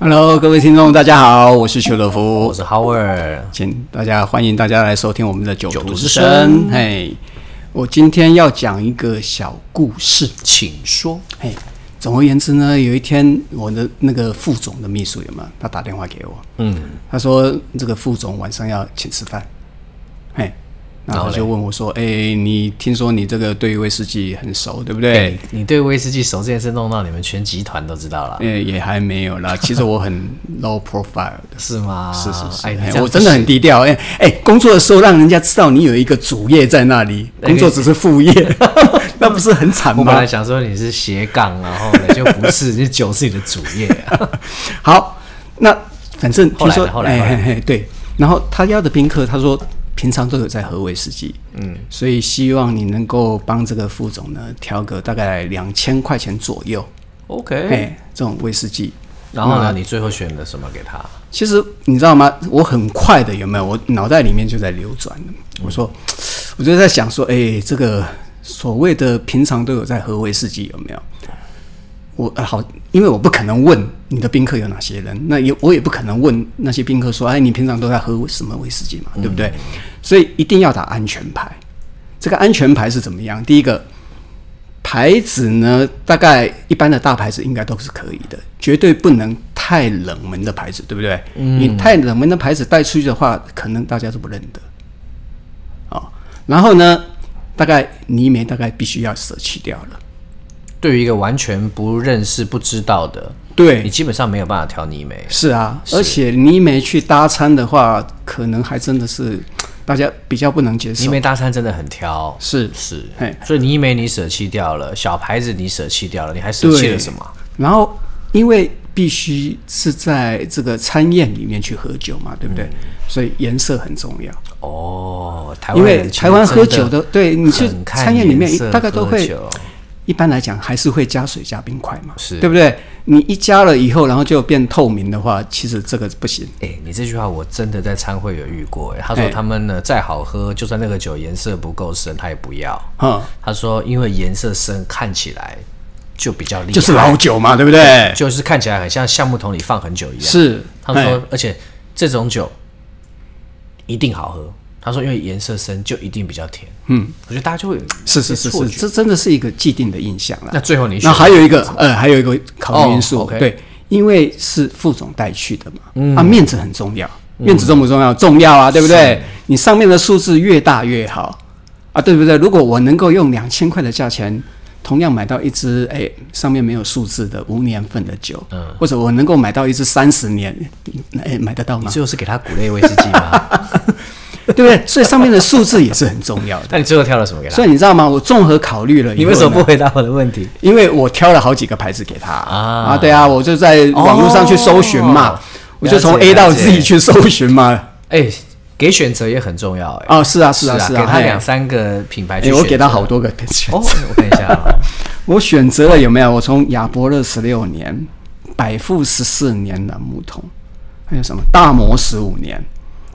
Hello，各位听众，大家好，我是邱乐我福，是 Howard，请大家欢迎大家来收听我们的《九徒徒之之声声》。嘿，我今天要讲一个小故事。请说。嘿，总而言之呢，有一天我的那个副总的秘书有没有？他打电话给我，嗯，他说这个副总晚上要请吃饭。嘿，然然后后就问我说：“哎、你听说你这个对威士忌很熟，对不对？”哎、你对威士忌熟这件事弄到你们全集团都知道了，呃，也还没有啦。其实我很 low profile 的，是吗？是是是，哎，你哎这样我真的很低调。哎、哎、工作的时候让人家知道你有一个主业在那里，那个工作只是副 业，那不是很惨我本吗来？想说你是斜杠，然后呢就不是， 你酒是你的主 业、啊。好，那反正听后来说呢，后来哎后来嘿嘿，对。然后他邀的宾客，他说平常都有在喝威士忌，嗯，所以希望你能够帮这个副总呢调个大概两千块钱左右，哎、 OK，这种威士忌。然后呢，你最后选了什么给他？其实你知道吗？我很快的有没有？我脑袋里面就在流转了。我说，我就在想说，哎、这个所谓的平常都有在喝威士忌有没有？我、呃好，因为我不可能问你的宾客有哪些人，那也我也不可能问那些宾客说，哎，你平常都在喝什么威士忌嘛，对不对？所以一定要打安全牌。这个安全牌是怎么样？第一个牌子呢，大概一般的大牌子应该都是可以的，绝对不能太冷门的牌子，对不对？嗯你太冷门的牌子带出去的话，可能大家都不认得。哦，然后呢，大概泥煤大概必须要舍弃掉了。对于一个完全不认识、不知道的，对你基本上没有办法挑泥煤。是啊，而且你没去搭餐的话，可能还真的是大家比较不能接泥受。煤大餐真的很挑，是，是嘿，所以泥煤你舍弃掉了，小牌子你舍弃掉了，你还舍弃了对什么？然后因为必须是在这个餐宴里面去喝酒嘛，对不嗯对？所以颜色很重要，哦，台湾因为人其实台湾喝真的酒的，对你去很看餐宴里面颜色大概都喝会酒一般来讲还是会加水加冰块嘛，是对不对？你一加了以后，然后就变透明的话，其实这个不行。哎、你这句话我真的在餐会有遇过、哎，他说哎他们呢再好喝，就算那个酒颜色不够深，他也不要。哈、他说因为颜色深看起来就比较厉害，就是老酒嘛，对不对？就是看起来很像橡木桶里放很久一样。，是，他们哎说，而且这种酒一定好喝。他说因为颜色深就一定比较甜。嗯，我觉得大家就会有是是是错是，觉这真的是一个既定的印象啦那。最后你选那还有一个呃，还有一个考虑因素，哦，OK 嗯对，因为是副总带去的嘛，啊，面子很重要，面子重不重要？重要啊，对不对？你上面的数字越大越好啊，对不对？如果我能够用两千块的价钱。同样买到一支哎、上面没有数字的无年份的酒，嗯或者我能够买到一支三十年，哎、买得到吗？最后是给他谷类威士忌吗？对 不对？所以上面的数字也是很重 要的。那你最后挑了什么给他？所以你知道吗？我综合考虑了以后呢，啊你为什么不回答我的问题？因为我挑了好几个牌子给他啊啊对啊，我就在网络上去搜寻嘛，哦我就从了解 A 到了解 Z 去搜寻嘛。哎、给选择也很重要、哎、哦，是啊，是啊，是是给啊，他嘿两三个品牌哎去选择、我给他好多个选哦，我看一下、 啊，我选择了有没有？我从亚伯勒十六年、百富十四年的木桶，还有什么大摩十五年、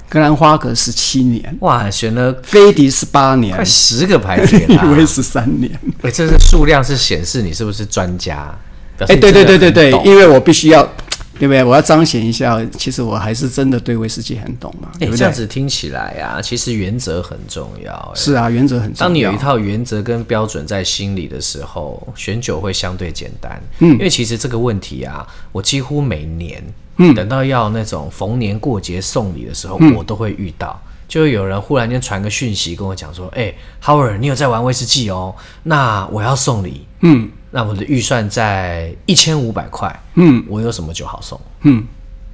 格兰花格十七年、哇，选了飞迪十八年快，啊十个 牌子给以他，为十三 年。哎、这是数量是显示你是不是专家？表示哎，你对对对真的对对，很懂因为我必须要，对不对？我要彰显一下，其实我还是真的对威士忌很懂嘛，对哎、不这对样？子听起来啊，其实原则很重要、哎，是啊，原则很重要。当你有一套原则跟标准在心里的时候，选酒会相对简单。嗯，因为其实这个问题啊，我几乎每年，嗯，等到要那种逢年过节送礼的时候，我都会遇到。就会有人忽然间传个讯息跟我讲说：“哎、h o w a r d 你有在玩威士忌哦？那我要送礼，嗯，那我的预算在一千五百块，嗯，我有什么酒好送？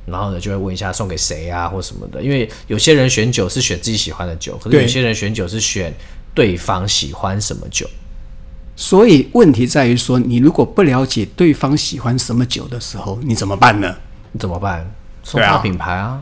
然后呢，就会问一下送给谁啊，或什么的。因为有些人选酒是选自己喜欢的酒，可是对有些人选酒是选对方喜欢什么酒。所以问题在于说，你如果不了解对方喜欢什么酒的时候，你怎么办呢？怎么办？送对啊他品牌啊，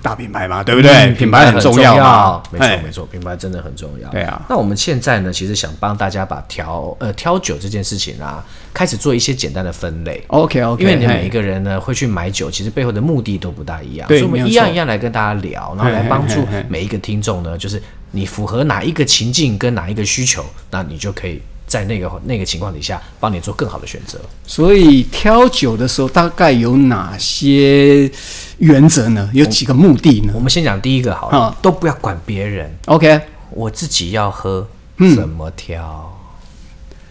大品牌嘛，对不对？品牌嗯很重要啊嘛，没错哎没错，品牌真的很重要。对啊那我们现在呢，其实想帮大家把调呃挑酒这件事情啊，开始做一些简单的分类。 OK OK，因为你每一个人呢会去买酒，其实背后的目的都不大一样，所对以我们没有一错样一样来跟大家聊，然后来帮助嘿嘿嘿嘿每一个听众呢，就是你符合哪一个情境跟哪一个需求，那你就可以在那个那个情况底下，帮你做更好的选择。所以挑酒的时候大概有哪些原则呢？有几个目的呢我们先讲第一个好了好，都不要管别人， ？OK，我自己要喝，怎么挑？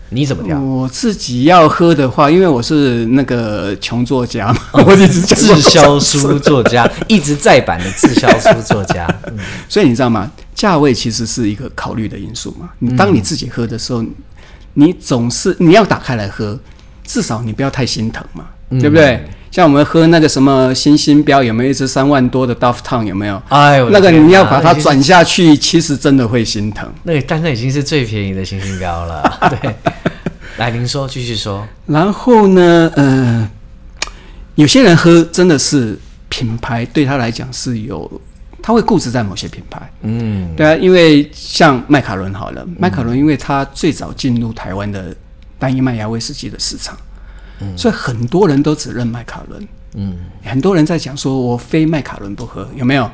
你怎么 挑？我自己要喝的话，因为我是那个穷作家嘛，哦 我一直讲过滞销书作家一直再版的滞销书作家，嗯所以你知道吗？价位其实是一个考虑的因素嘛。你当你自己喝的时候，你总是你要打开来喝，至少你不要太心疼嘛，对不对？像我们喝那个什么星星标，有没有一支三万多的 Duff Town？有没有？哎呦那个你要把它，我的天哪转下去，其实真的会心疼。那个但那已经是最便宜的星星 标了。对，来，您说，继续说。然后呢，呃，有些人喝真的是品牌对他来讲是有，他会固执在某些品牌。嗯，对啊，因为像麦卡伦好了，麦卡伦因为它最早进入台湾的单一麦芽威士忌的市场，嗯所以很多人都只认麦卡伦。嗯，很多人在讲说我非麦卡伦不喝，有没有？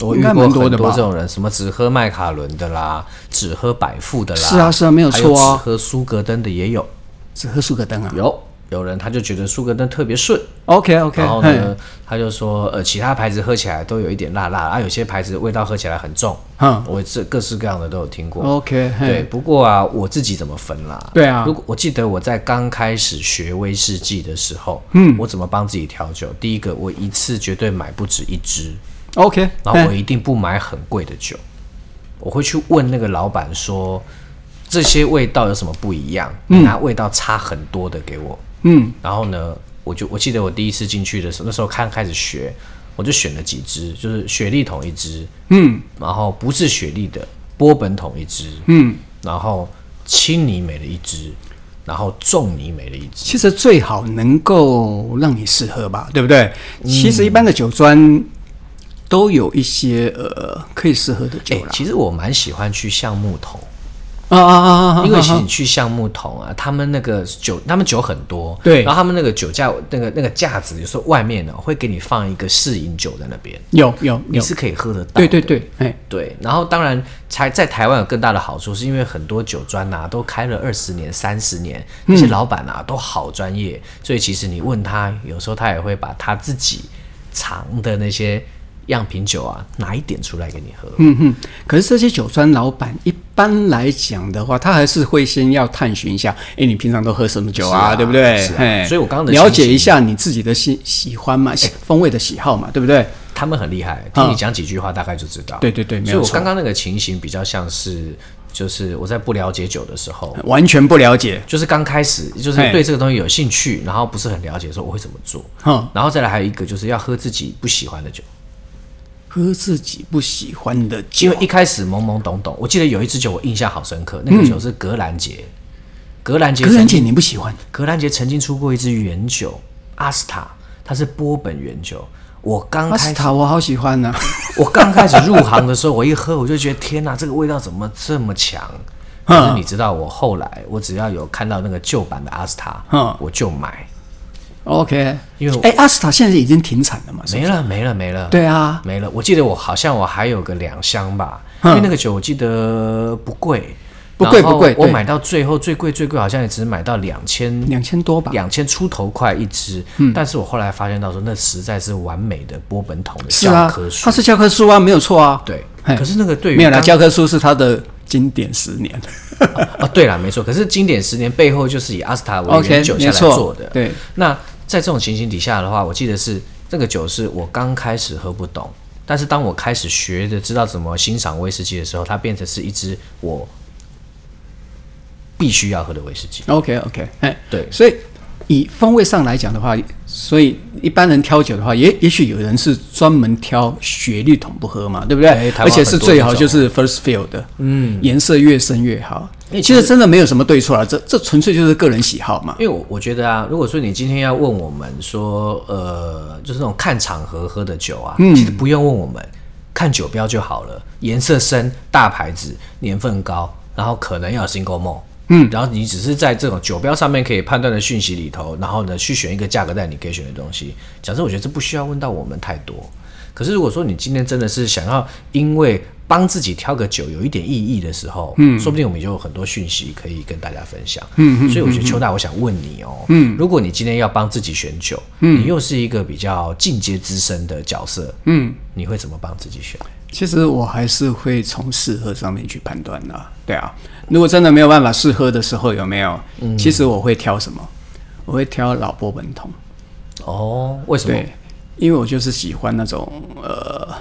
我应遇该过蛮很多多的吧这？种人，什么只喝麦卡伦的啦，只喝百富的啦，是啊是啊没有还有错啊只喝苏格登的也有，只喝苏格登啊有有人他就觉得苏格登特别顺， ？OK OK，然后呢，他就说，呃，其他牌子喝起来都有一点辣辣，啊，有些牌子味道喝起来很重，嗯我这各式各样的都有听过。 ，OK，对，哦嘿，不过啊，我自己怎么分啦？对啊如果我记得我在刚开始学威士忌的时候，嗯，我怎么帮自己调酒？第一个，我一次绝对买不止一支，嗯，OK，然后我一定不买很贵的酒，我会去问那个老板说，这些味道有什么不一样？你拿味道差很多的给我，嗯，然后呢，我就我记得我第一次进去的时候，那时候刚开始学，我就选了几支，就是雪莉桶一支，嗯，然后不是雪莉的波本桶一支，嗯，然后青泥美的一支，然后重泥美的一支，其实最好能够让你试喝吧，对不对？嗯其实一般的酒庄都有一些呃可以试喝的酒哎、啦。其实我蛮喜欢去橡木桶。啊啊啊啊啊！啊哎因为其实你去橡木桶啊，他们那个酒，他们酒很多，对然后他们那个酒架，那个那个架子，有时候外面呢、会给你放一个试饮酒在那边，有有你有，是可以喝得到对对的。对，哎，对，然后当然才在台湾有更大的好处，是因为很多酒庄呐、都开了二十年、三十年，那些老板啊、都好专业，所以其实你问他，有时候他也会把他自己藏的那些样品酒啊拿一点出来给你喝。嗯哼。可是这些酒庄老板一般来讲的话，他还是会先要探寻一下，哎，你平常都喝什么酒啊，是啊对不对是？啊哎、所以我刚刚的了情解形一下你自己的喜喜欢嘛，喜风味的喜好嘛，对不对？他们很厉害，听你讲几句话大概就知道。对对对没有所以我错刚刚那个情形比较像是，就是我在不了解酒的时候，完全不了解，就是刚开始就是嗯嘿对这个东西有兴趣，然后不是很了解的时候我会怎么做。哈，然后再来还有一个就是要喝自己不喜欢的酒，喝自己不喜欢的因酒为。一开始懵懵懂懂，我记得有一支酒我印象好深刻，那个酒是格兰杰，格兰嗯杰格兰曾姐你不喜欢，格兰杰曾经出过一支原酒阿斯塔，它是波本原酒。我刚阿开斯始塔我好喜欢呢、啊我刚开始入行的时候，我一喝我就觉得天哪，这个味道怎么这么强？嗯可是你知道，我后来我只要有看到那个旧版的阿斯塔嗯，我就买， OK，因为我哎，阿斯塔现在已经停产了嘛？是吧没了没了没了，对啊，没了。我记得我好像我还有个两箱吧，因为那个酒我记得不贵，不贵然后不贵我对买到最后最贵最贵好像也只买到两千两嗯千多吧，两千出头块一支，但是我后来发现到说那实在是完美的波本桶的是教啊科，书它，是教科书啊，没有错啊。对。嘿可是那个对于没有啦，当教科书是他的经典十年。哦，对了，没错。可是经典十年背后就是以阿斯塔为 OK，原酒下没来错，做的。对，那在这种情形底下的话，我记得是这个酒是我刚开始喝不懂，但是当我开始学着知道怎么欣赏威士忌的时候，它变成是一支我必须要喝的威士忌。 OK OK，哎，对所以以风味上来讲的话，所以一般人挑酒的话，也也许有人是专门挑雪绿桶不喝嘛，对不对？哎台湾而且是最好很多就这是 first fill 的，嗯，颜色越深越好。因为其实真的没有什么对错啦，啊这这纯粹就是个人喜好嘛。因为我我觉得啊，如果说你今天要问我们说，呃，就是那种看场合喝的酒啊，其实不用问我们，看酒标就好了，颜色深、大牌子、年份高，然后可能要有 single m o 嗯，然后你只是在这种酒标上面可以判断的讯息里头，然后呢去选一个价格带你可以选的东西。讲真，我觉得这不需要问到我们太多。可是如果说你今天真的是想要因为帮自己挑个酒有一点意义的时候，嗯，说不定我们就有很多讯息可以跟大家分享。嗯，所以我觉得邱大，我想问你哦，嗯，如果你今天要帮自己选酒，嗯，你又是一个比较进阶资深的角色，嗯，你会怎么帮自己选？其实我还是会从适喝上面去判断的、对啊，如果真的没有办法适喝的时候，有没有？嗯其实我会挑什么？我会挑老波本桶，哦，为什么？对，因为我就是喜欢那种呃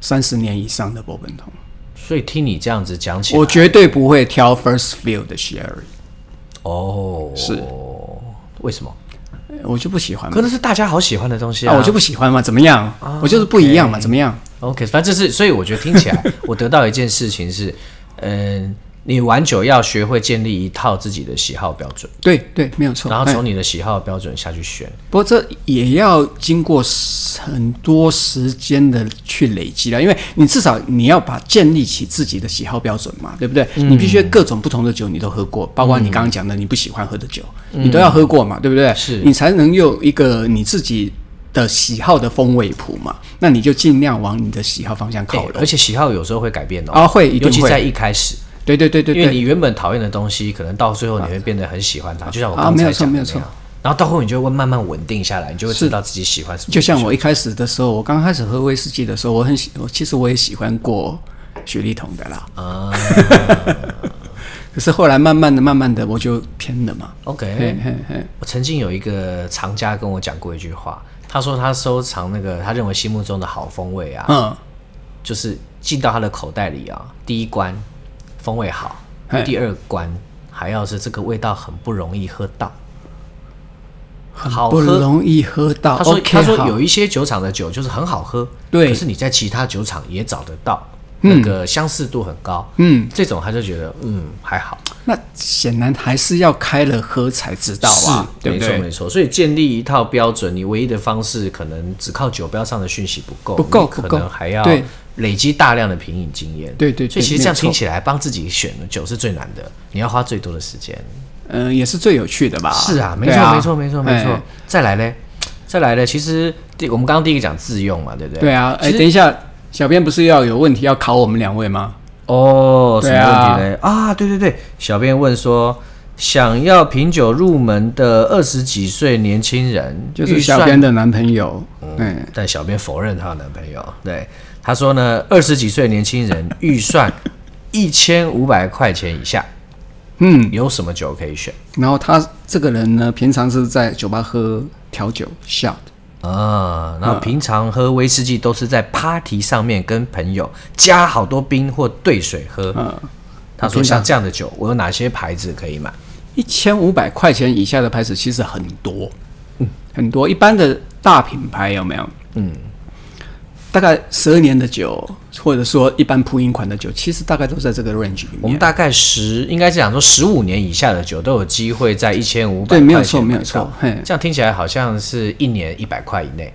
三十年以上的波本桶，所以听你这样子讲起来我，绝对不会挑 First Field 的 Sherry，哦，是，为什么？我就不喜欢嘛可。能是大家好喜欢的东西啊，啊，我就不喜欢嘛，怎么样？我就是不一样嘛，怎么样？ OK，反正这是，所以我觉得听起 来，我得到一件事情是，嗯，你玩酒要学会建立一套自己的喜好标准，对对，没有错。然后哎从你的喜好标准下去选。不过这也要经过很多时间的去累积了，因为你至少你要把建立起自己的喜好标准嘛，对不对？嗯你必须各种不同的酒你都喝过，包括你刚刚讲的你不喜欢喝的酒，你都要喝过嘛，对不对？嗯是你才能有一个你自己的喜好的风味谱嘛。那你就尽量往你的喜好方向靠哎拢。而且喜好有时候会改变哦，啊会一定尤其会在一开始，对对对对因为对你原本讨厌的东西，可能到最后你会变得很喜欢它，就像我啊刚没才有错讲没的那有错样。然后到后面你就会慢慢稳定下来，你就会知道自己喜欢什么。就像我一开始的时候，我刚开始喝威士忌的时候，我很喜，我其实我也喜欢过雪莉桶的啦。啊 可是后来慢慢的、慢慢的，我就偏了嘛。嘿，OK，嘿嘿，我曾经有一个藏家跟我讲过一句话，他说他收藏那个他认为心目中的好风味啊，嗯，就是进到他的口袋里啊，第一关风味好嘿，第二关还要是这个味道很不容易喝到。好不喝，容易喝到。他说 OK，他说好有一些酒厂的酒就是很好喝，对可是你在其他酒厂也找得到，那个相似度很高，嗯，这种他就觉得嗯还好，那显然还是要开了喝才知道啊，是对不没错对没？错，所以建立一套标准，你唯一的方式可能只靠酒标上的讯息不够，不够你不可够能还要对累积大量的品饮经验。对对对所以其实这样没错听起来，帮自己选的酒是最难的，你要花最多的时间。嗯，也是最有趣的吧？是啊，没对错、没错没错没错。。再来嘞，再来嘞，其实第我们刚刚第一个讲自用嘛，对不对？哎对啊，哎，其等实一下，小编不是要有问题要考我们两位吗？哦，什对么啊问题嘞？啊，对对对，小编问说。想要品酒入门的二十几岁年轻人，就预是算小编的男朋友，嗯，但小编否认她有男朋友。对，她说呢，二十几岁年轻人预算一千五百块钱以下，嗯，有什么酒可以选然后他这个人呢，平常是在酒吧喝调酒 shot，啊？然后平常喝威士忌都是在 party 上面跟朋友加好多冰或兑水喝。嗯，她说像这样的酒，我有哪些牌子可以买？一千五百块钱以下的牌子其实很多，嗯，很多。一般的大品牌有没有？嗯，大概十二年的酒，或者说一般普饮款的酒，其实大概都在这个 range 里我面们。大概十，应该是讲说十五年以下的酒都有机会在一千五百对，没有错，买没有到错。嘿，这样听起来好像是一年一百块以内，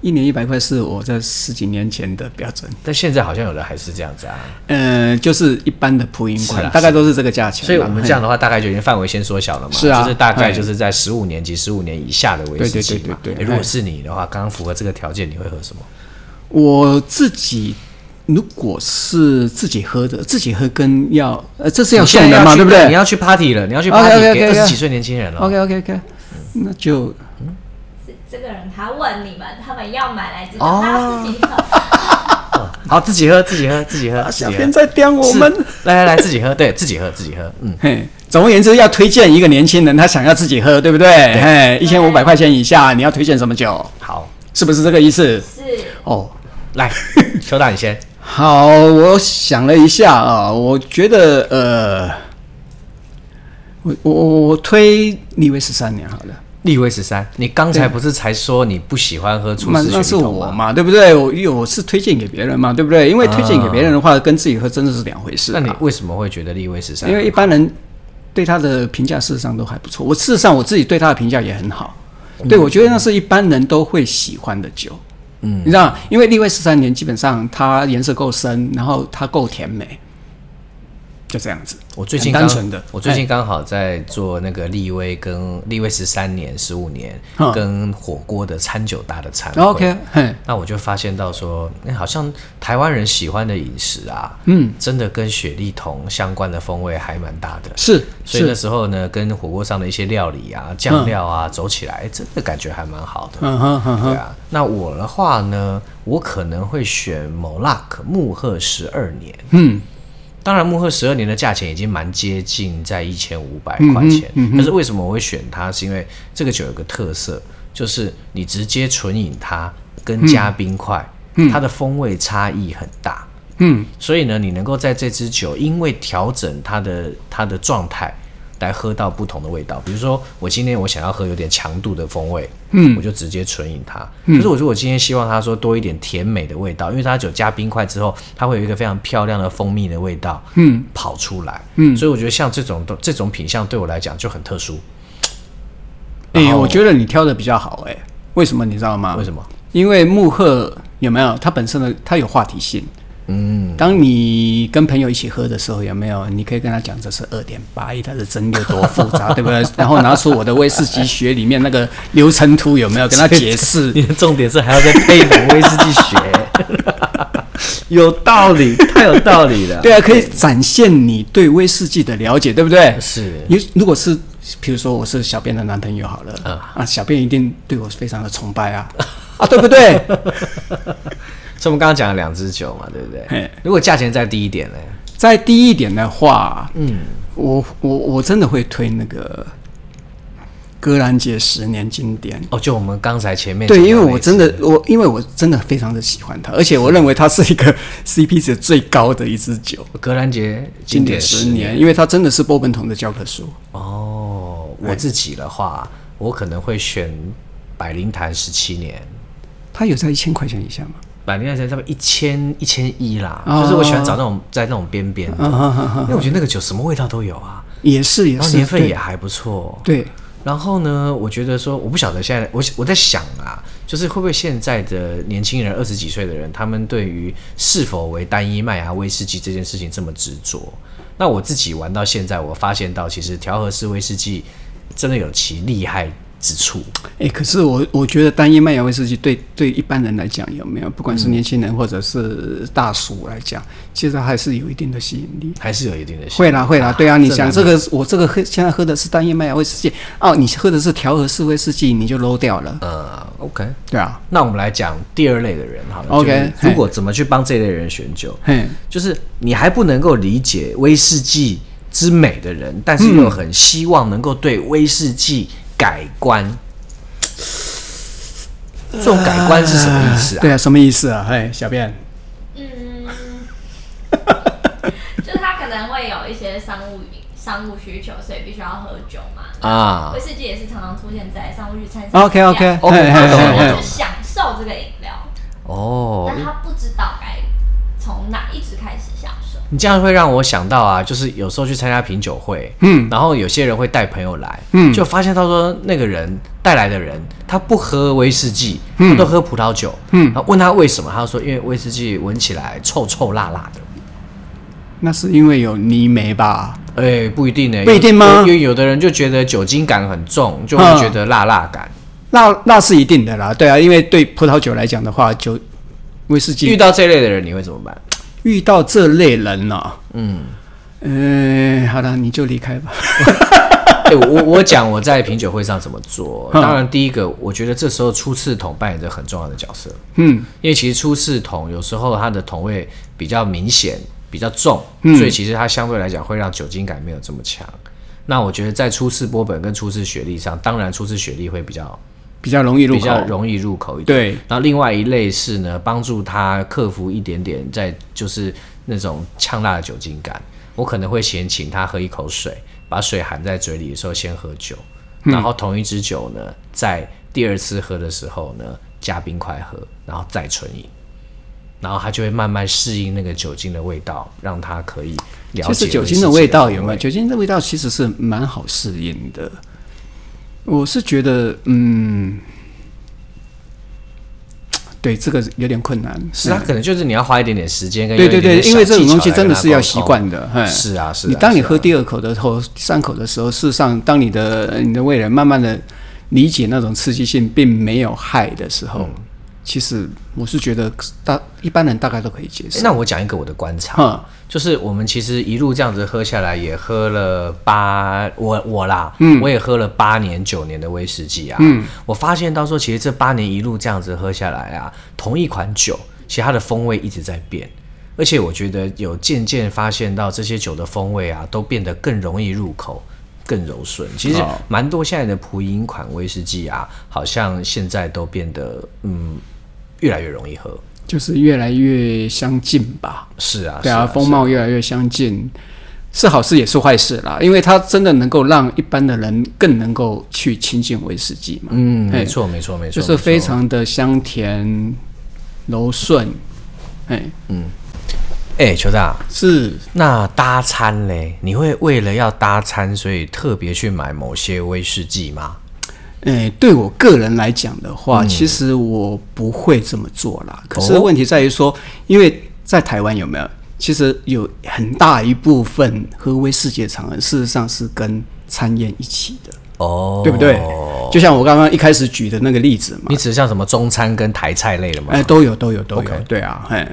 一年一百块是我在十几年前的标准，但现在好像有人还是这样子啊。呃，就是一般的普饮款，是啊大概都是这个价钱啦。所以我们嘿这样的话，大概就已经范围先缩小了嘛，是啊就是大概就是在十五年级、十五年以下的威士忌嘛。对对对对对哎诶如果是你的话，刚刚符合这个条件，你会喝什么？我自己如果是自己喝的，自己喝跟要呃，这是要送的嘛，对你现不在要去对你？要去 party 了，你要去 OK，OK，OK， party 给二 OK，OK 十几岁年轻人了。 OK OK OK，那就这这个人他问你们，他们要买来自己，哦他要自己喝。好，自己喝，自己喝，自己喝，自己喝。啊在刁我是来来来，自己喝，对自己喝，自己喝，嗯，嘿，总而言之，要推荐一个年轻人，他想要自己喝，对不对？嘿，一千五百块钱以下，你要推荐什么酒？好，是不是这个意思？是哦， 来，邱大你先，好，我想了一下啊、我觉得呃，我我我我推利威十三年好了。立威十三，你刚才不是才说你不喜欢喝厨那师那是血统我吗？嘛，对不对？我因为我是推荐给别人嘛，对不对？因为推荐给别人的话，跟自己喝真的是两回事、啊那啊。你为什么会觉得立威十三？因为一般人对他的评价事实上都还不错，我事实上我自己对他的评价也很好。嗯对，我觉得那是一般人都会喜欢的酒。嗯，你知道，因为立威十三年基本上它颜色够深，然后它够甜美，就这样子。我最近很刚单纯的哎我最近刚好在做那个立威跟立威十三年、十五年嗯哦跟火锅的餐酒搭的餐会。 OK，嘿，那我就发现到说，哎、好像台湾人喜欢的饮食啊，嗯，真的跟雪莉桶相关的风味还蛮大的。是嗯所以那是，时候呢，跟火锅上的一些料理啊、酱料啊、走起来，真的感觉还蛮好的。嗯哼嗯对哼，啊，那我的话呢，我可能会选某拉克木鹤十二年。嗯，当然，木鹤十二年的价钱已经蛮接近在一千五百块钱，但是为什么我会选它？是因为这个酒有个特色，就是你直接纯饮它跟加冰块，它的风味差异很大。嗯，所以呢，你能够在这支酒因为调整它的它的状态。来喝到不同的味道，比如说我今天我想要喝有点强度的风味，嗯，我就直接纯饮它。可是我如果今天希望它说多一点甜美的味道，因为它酒加冰块之后，它会有一个非常漂亮的蜂蜜的味道，嗯，跑出来，嗯，所以我觉得像这种都这种品相对我来讲就很特殊。哎，我得觉得你挑的比较好，哎，为什么你知道吗？为什么？因为木鹤有没有它本身的它有话题性。嗯，当你跟朋友一起喝的时候，有没有？你可以跟他讲这是二点八亿，它的蒸馏多复杂，对不 对？然后拿出我的威士忌学里面那个流程图，有没有跟他解释？你的重点是还要再配一点威士忌血， 有道理，太有道理了。对啊，可以展现你对威士忌的了解，对不对？是你如果是，比如说我是小编的男朋友好了，啊，小编一定对我非常的崇拜 啊，啊，对不对？所以我们刚刚讲了两支酒嘛，对不对嘿？如果价钱再低一点呢？再低一点的话，嗯，我我我真的会推那个格兰杰十年经典。哦，就我们刚才前面对，讲因为到哎我那真支的我因为我真的非常的喜欢它，而且我认为它是一个 CP 值最高的一支酒，格兰杰经经典典十年，因为它真的是波本桶的教科书。哦，我自己的话，我可能会选百灵坛十七年。它有在一千块钱以下吗？百灵坛才差不多一千一千一啦，哦就是我喜欢找那种在那种边边的，啊因为我觉得那个酒什么味道都有啊，也是也然后是，年份对也还不错。对，然后呢，我觉得说，我不晓得现在我我在想啊，就是会不会现在的年轻人二十几岁的人，他们对于是否为单一麦芽威士忌这件事情这么执着？那我自己玩到现在，我发现到其实调和式威士忌真的有其厉害之处。哎、可是我我觉得单一麦芽威士忌对对一般人来讲有没有，不管是年轻人或者是大叔来讲，其实还是有一定的吸引力。还是有一定的会啦会啦，对啊，你想难这个我这个喝现在喝的是单一麦芽威士忌，哦，你喝的是调和式威士忌，你就 low 掉了，呃，OK。对啊，那我们来讲第二类的人好了 OK，就是如果怎么去帮这类人选酒，嘿，就是你还不能够理解威士忌之美的人，但是又很希望能够对威士忌改观。这种改观是什么意思啊？对啊，什么意思啊？嘿，小便，嗯，就是他可能会有一些商务商务需求，所以必须要喝酒嘛。啊威，士忌也是常常出现在商务聚餐上 OK 面 OK， OK，嘿嘿我懂了嘿我懂嘿了他就享受这个饮料，哦，但他不知道该从哪一直开始享受。你这样会让我想到啊，就是有时候去参加品酒会，嗯，然后有些人会带朋友来，嗯，就发现他说那个人带来的人，他不喝威士忌，他都喝葡萄酒，嗯，然后问他为什么，他说因为威士忌闻起来臭臭辣辣的。那是因为有泥煤吧？哎、不一定呢、不一定吗因为有的人就觉得酒精感很重，就会嗯觉得辣辣感。那那是一定的啦，对啊，因为对葡萄酒来讲的话，就威士忌遇到这类的人，你会怎么 办？遇到这类人呢、嗯，呃，好了，你就离开吧。哎、我我讲我在品酒会上怎么做。嗯当然，第一个，我觉得这时候初次桶扮演着很重要的角色。嗯，因为其实初次桶有时候它的桶味比较明显、比较重，嗯所以其实它相对来讲会让酒精感没有这么强。那我觉得在初次波本跟初次雪莉上，当然初次雪莉会比较比较容易入口，比较容易入口一点。对，然后另外一类是呢，帮助他克服一点点在就是那种呛辣的酒精感。我可能会先请他喝一口水，把水含在嘴里的时候先喝酒，嗯然后同一支酒呢，在第二次喝的时候呢加冰块喝，然后再纯饮。然后他就会慢慢适应那个酒精的味道，让他可以了其解实酒威士精的忌味道风有味没有？酒精的味道其实是蛮好适应的。我是觉得，嗯，对这个有点困难。嗯是啊，可能就是你要花一点点时间跟对对用一点对，点因为这种小技巧东西真的是要来跟他习沟通惯的。嘿是啊，是啊。你当你是啊喝第二口的头、三口的时候，事实上，当你的你的胃人慢慢的理解那种刺激性并没有害的时候，嗯其实我是觉得大一般人大概都可以接诶受。那我讲一个我的观察，哼，就是我们其实一路这样子喝下来，也喝了八，我我啦，嗯我也喝了八年九年的威士忌啊，我发现到说，其实这八年一路这样子喝下来啊，同一款酒，其实它的风味一直在变。而且我觉得有渐渐发现到这些酒的风味啊，都变得更容易入口，更柔顺。其实哦蛮多现在的普饮款威士忌啊，好像现在都变得嗯越来越容易喝。就是越来越相近吧。是啊，对是啊，啊，风貌越来越相近，是好事也是坏事啦，因为它真的能够让一般的人更能够去亲近威士忌嘛，嗯，嘿没错，没错，没错，就是非没错常的香甜柔顺，哎，哎、球大，是那搭餐嘞？你会为了要搭餐，所以特别去买某些威士忌吗？诶，哎对我个人来讲的话，其实我不会这么做啦。可是嗯哦问题在于说，因为在台湾有没有？其实有很大一部分喝威士忌的场合，事实上是跟餐宴一起的，哦，对不对？就像我刚刚一开始举的那个例子嘛，你指像什么中餐跟台菜类的吗？哎，都有，都有，都有 OK 嗯对啊，嘿。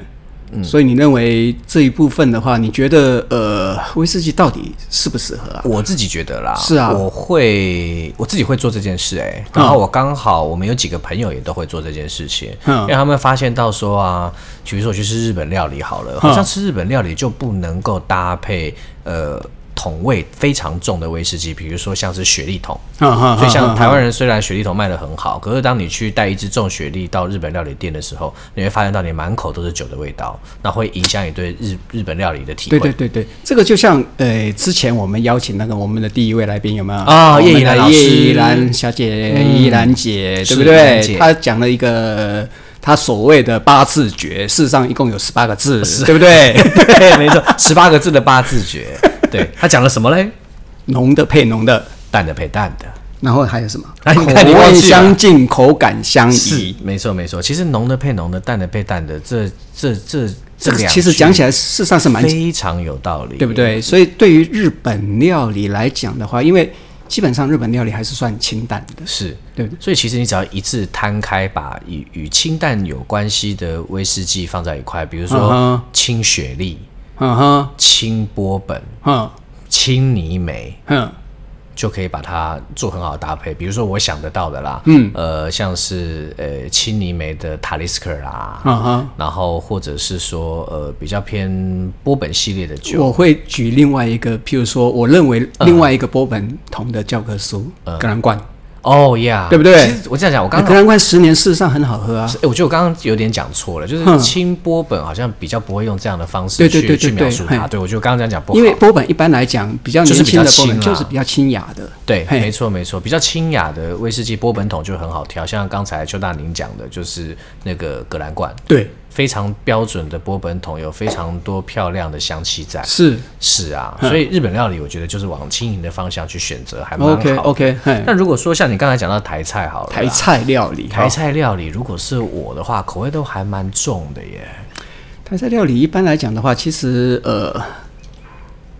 所以你认为这一部分的话，你觉得呃，威士忌到底适不适合啊？我自己觉得啦，是啊我会我自己会做这件事、哎，然后我刚好我们有几个朋友也都会做这件事情，嗯因为他们发现到说啊，比如说我去吃日本料理好嗯了，好像吃日本料理就不能够搭配呃桶味非常重的威士忌，比如说像是雪莉桶，哈哈所以像哈台湾人虽然雪莉桶卖的很好，可是当你去带一支重雪莉到日本料理店的时候，你会发现到你满口都是酒的味道，那会影响你对日日本料理的体对会。对对对，这个就像呃，之前我们邀请那个我们的第一位来宾有没有啊我们叶宜兰的老师嗯叶宜兰小姐，叶宜兰姐，对是不宜兰对？姐她讲了一个她所谓的八字诀，事实上一共有十八个字，对不对？ 对， 没错，十八个字的八字诀。对他讲了什么嘞？浓的配浓的，淡的配淡的，然后还有什么？哎口你看你忘味记了相近，口感相宜。没错没错。其实浓的配浓的，淡的配淡的，这这这这这个两其实讲起来来，事实上是蛮非常有道理，对不？对？所以对于日本料理来讲的话，因为基本上日本料理还是算清淡的，是。对不对？所以其实你只要一次摊开，把与与清淡有关系的威士忌放在一块，比嗯如说哼清雪莉、嗯哼，清波本、嗯清泥梅，嗯。就可以把它做很好的搭配。比如说我想得到的啦，嗯，呃，像是呃青泥梅的塔利斯克啊啦，嗯哼，然后或者是说呃比较偏波本系列的酒，我会举另外一个，譬如说，我认为另外一个波本同的教科书《格兰冠》，哦呀，对不对哎其实我这样讲，我呃刚《格刚。兰冠》十年事实上很好喝啊，哎，我觉得我刚刚有点讲错了，就是清波本好像比较不会用这样的方式去对对对对去描述对它。嘿对，我觉得我刚刚这样讲不好，因为波本一般来讲比较年轻的波本就就是比较轻啦是比较清雅的，对，嘿没错没错，比较清雅的威士忌波本桶就很好调，像刚才邱大宁讲的，就是那个格兰冠，对，非常标准的波本桶，有非常多漂亮的香气在。是是啊，所以日本料理我觉得就是往轻盈的方向去选择，还蛮好的。 OK OK，嘿那，如果说像你刚才讲到台菜好了啦，哎台菜料理，台好菜料理，如果是我的话，口味都还蛮重的耶。台菜料理一般来讲的话，其实呃，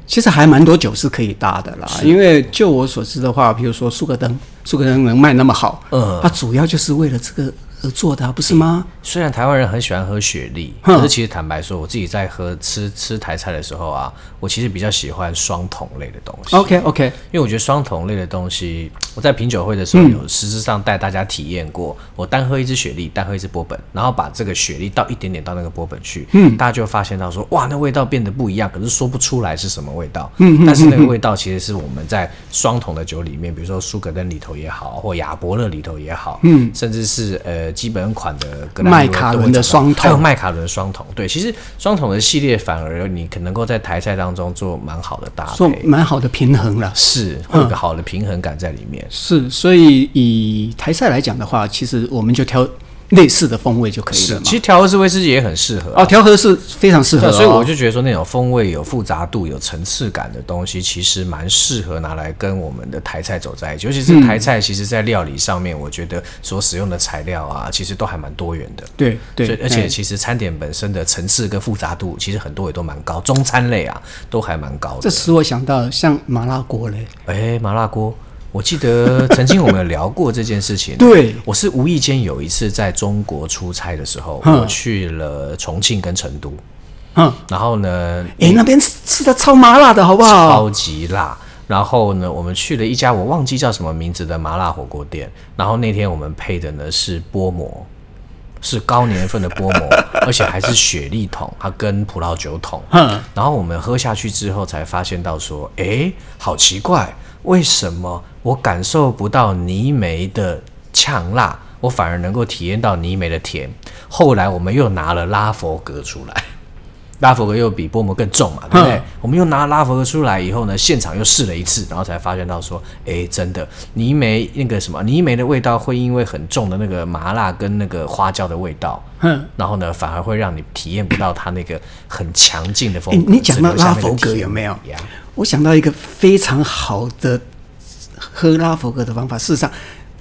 其实还蛮多酒是可以搭的啦，因为就我所知的话，譬如说苏格登，苏格登能卖那么好，嗯它主要就是为了这个而做的啊，不是吗？虽然台湾人很喜欢喝雪莉，哼可是其实坦白说，我自己在喝吃吃台菜的时候啊，我其实比较喜欢双桶类的东西。 OK OK，因为我觉得双桶类的东西，我在品酒会的时嗯候有实质上带大家体验过。我单喝一支雪莉，单喝一支波本，然后把这个雪莉倒一点点到那个波本去，嗯，大家就发现到说，哇，那味道变得不一样，可是说不出来是什么味道，嗯，但是那个味道其实是我们在双桶的酒里面，比如说苏格登里头也好，或亚伯勒里头也好，嗯，甚至是呃基本款的格兰麦利威卡都会伦的找到双桶还有麦卡伦双桶，对，其实双桶的系列反而你可能够在台菜当中做蛮好的搭做配。蛮好的平衡了。是会嗯有个好的平衡感在里面。是，所以以台菜来讲的话，其实我们就挑类似的风味就可以了嘛其。实调和式威士忌也很适合啊、哦，调和是非常适合、对，哦，所以我就觉得说，那种风味有复杂度、有层次感的东西，其实蛮适合拿来跟我们的台菜走在一起。尤其嗯是台菜，其实在料理上面，我觉得所使用的材料啊，其实都还蛮多元的。对对所以而且哎其实餐点本身的层次跟复杂度，其实很多也都蛮高。中餐类啊，都还蛮高这的。使我想到像麻辣锅嘞，哎，麻辣锅。我记得曾经我们有聊过这件事情，对我是无意间有一次在中国出差的时候，嗯我去了重庆跟成都，嗯，然后呢，哎、那边吃吃的超麻辣的好不好？超级辣。然后呢，我们去了一家我忘记叫什么名字的麻辣火锅店。然后那天我们配的呢是波馍，是高年份的波馍，而且还是雪莉桶，它跟葡萄酒桶。哼，然后我们喝下去之后，才发现到说，诶，好奇怪，为什么我感受不到泥煤的呛辣，我反而能够体验到泥煤的甜？后来我们又拿了拉佛格出来， 拉佛格又比波摩更重嘛，对不对哼？我们又拿拉佛格出来以后呢，现场又试了一次，然后才发现到说，诶，真的泥煤那个什么泥煤的味道会因为很重的那个麻辣跟那个花椒的味道，哼，然后呢，反而会让你体验不到它那个很强劲的风哎格。你讲到只留下拉哦那个佛格甜有没有呀我想到一个非常好的喝拉佛格的方法，事实上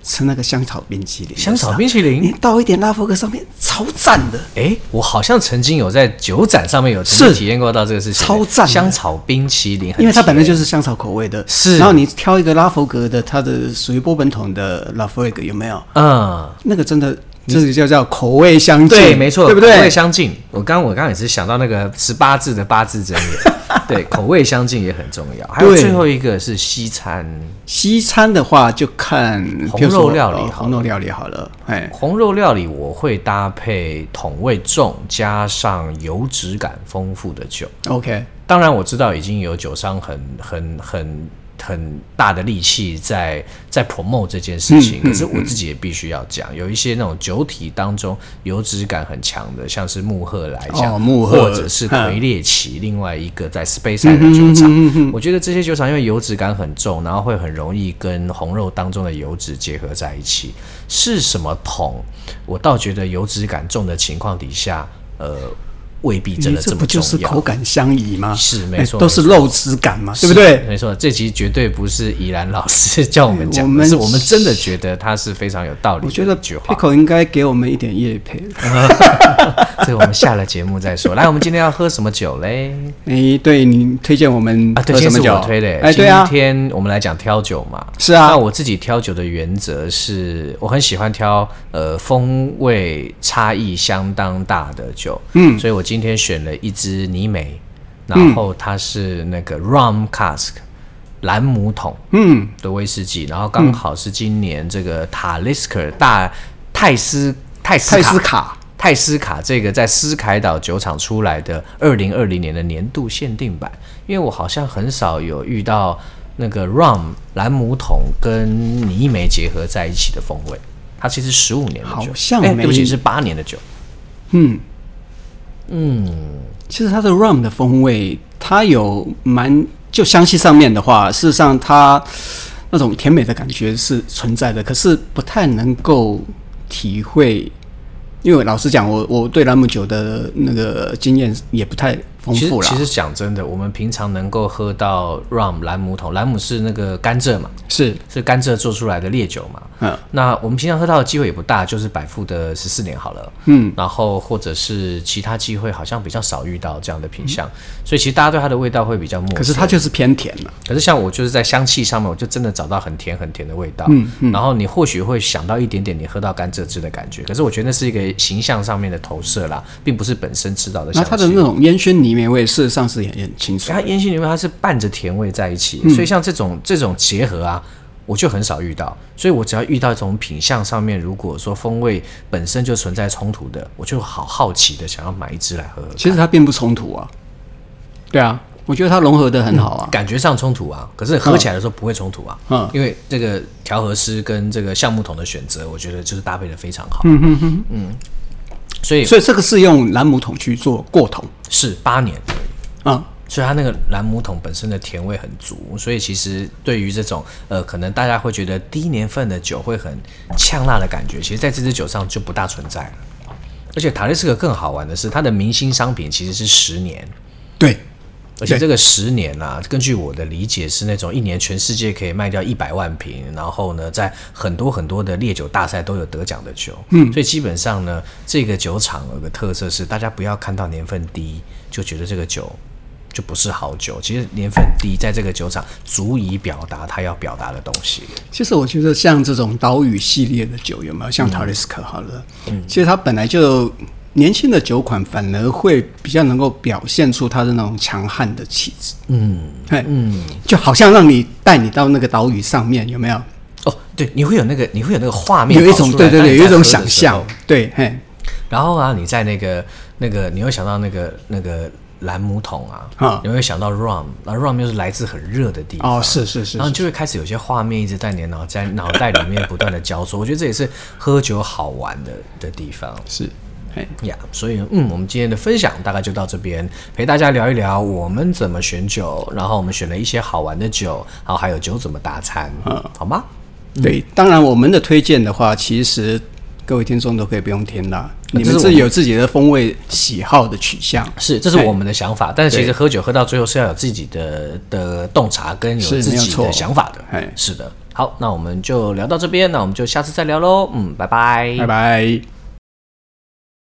吃那个香草冰淇淋，香草冰淇你淋？倒一点拉佛格上面，超赞的。哎，我好像曾经有在酒展上面有亲是体验过到这个事情，超赞的香草冰淇淋很甜，因为它本来就是香草口味的，是然后你挑一个拉佛格的，它的属于波本桶的拉佛格有没有？嗯。那个真的，这个就叫口味相近，对，没错，对不口对味？相近。我刚我刚也是想到那个十八字的八字真 言，对，口味相近也很重要。还有对最后一个是西餐，西餐的话就看红比如说肉料理呃好红了肉料理好了，哎，红肉料理我会搭配桶味重加上油脂感丰富的酒。 OK，当然我知道已经有酒商很很很很大的力气在在 promote 这件事嗯情，可是我自己也必须要讲，有一些那种酒体当中油脂感很强的，像是木赫来讲，哦木赫或者是魁列奇，另外一个在 Space 的酒厂，嗯我觉得这些酒厂因为油脂感很重，然后会很容易跟红肉当中的油脂结合在一起。是什么桶？我倒觉得油脂感重的情况底下，呃。未必真你的这这不么重就要，是口感相宜吗？是没哎错都是没错肉质感嘛，对不对？没错，这集绝对不是怡然老师叫我们讲的，我们是我们真的觉得他是非常有道理我觉的得一句话。 Pico 应该给我们一点叶配。所以我们下了节目再说。来，我们今天要喝什么酒 嘞？哎，对你推荐我们啊，对，喝什今天么是酒我？推的。哎，对啊今，天我们来讲挑酒嘛。是啊那我自己挑酒的原则是，我很喜欢挑呃风味差异相当大的酒。嗯，所以我今天选了一支泥美，嗯然后它是那个 rum cask 兰姆桶。嗯，的威士忌，然后刚好是今年这个塔利斯克大泰斯泰斯泰斯卡卡泰斯卡这个在斯凯岛酒厂出来的二零二零年的年度限定版，因为我好像很少有遇到那个 rum 兰姆桶跟泥煤结合在一起的风味，它其实十五年的酒，好像哎对不起没是八年的酒，其实它的 rum 的风味，它有蛮就香气上面的话，事实上它那种甜美的感觉是存在的，可是不太能够体会。因为老实讲，我我对兰姆酒的那个经验也不太丰其实富啦。其实讲真的，我们平常能够喝到 rum 兰姆桶，兰姆是那个甘蔗嘛，是，是甘蔗做出来的烈酒嘛。嗯，那我们平常喝到的机会也不大，就是百富的十四年好了。嗯，然后或者是其他机会好像比较少遇到这样的品相，所以其实大家对它的味道会比较陌生。嗯可是它就是偏甜了。可是像我就是在香气上面，我就真的找到很甜很甜的味道。嗯嗯。然后你或许会想到一点点你喝到甘蔗汁的感觉，可是我觉得那是一个形象上面的投射啦，并不是本身吃到的香那气。它的那种烟熏泥煤味，事实上是也很清楚它。烟熏里面它是啊伴着甜味在一起，所以像这种这种结合啊，我就很少遇到。所以我只要遇到这种品相上面，如果说风味本身就存在冲突的，我就好好奇的想要买一支来喝喝看其实它并不冲突啊。对啊，我觉得它融合的很好啊。感觉上冲突啊，可是喝起来的时候不会冲突啊，嗯因为这个调和师跟这个橡木桶的选择，我觉得就是搭配的非常好，嗯嗯所以所以这个是用兰姆桶去做过桶是八年，啊、所以它那个兰姆桶本身的甜味很足，所以其实对于这种呃，可能大家会觉得低年份的酒会很呛辣的感觉，其实在这支酒上就不大存在了。而且塔利斯克更好玩的是，它的明星商品其实是十年，对，而且这个十年啊，根据我的理解是那种一年全世界可以卖掉一百万瓶，然后呢，在很多很多的烈酒大赛都有得奖的酒。嗯，所以基本上呢，这个酒厂有个特色是，大家不要看到年份低就觉得这个酒就不是好酒，其实年份低在这个酒厂足以表达它要表达的东西。其实我觉得像这种岛屿系列的酒，有没有嗯像 Talisker 好了？其实它本来就年轻的酒款，反而会比较能够表现出它的那种强悍的气质。嗯，哎，嗯，就好像让你带你到那个岛屿上面，有没有？哦，对，你会有那个，你会有那个画面有跑出来，一种对对当你对，有一在种喝的想时候象。对，嘿，然后啊，你在那个那个，你会想到那个那个兰姆桶啊，啊你会想到 rum，然后 rum 又是来自很热的地方。哦，是是是然，后你就会开始有些画面一直在你的脑在脑袋里面不断的交错，我觉得这也是喝酒好玩的的地方是，嘿，呀。所以，嗯，我们今天的分享大概就到这边，陪大家聊一聊我们怎么选酒，然后我们选了一些好玩的酒，然后还有酒怎么搭餐，嗯好吗？对。当然，我们的推荐的话，其实各位听众都可以不用听啦，你啊这们是我自己们有自己的风味喜好的取向。是，这是嘿我们的想法，但是其实对喝酒喝到最后是要有自己的的洞察跟有是自没有己的错哎想法的嘿，是的。好，那我们就聊到这边，那我们就下次再聊喽，嗯，拜拜，拜拜。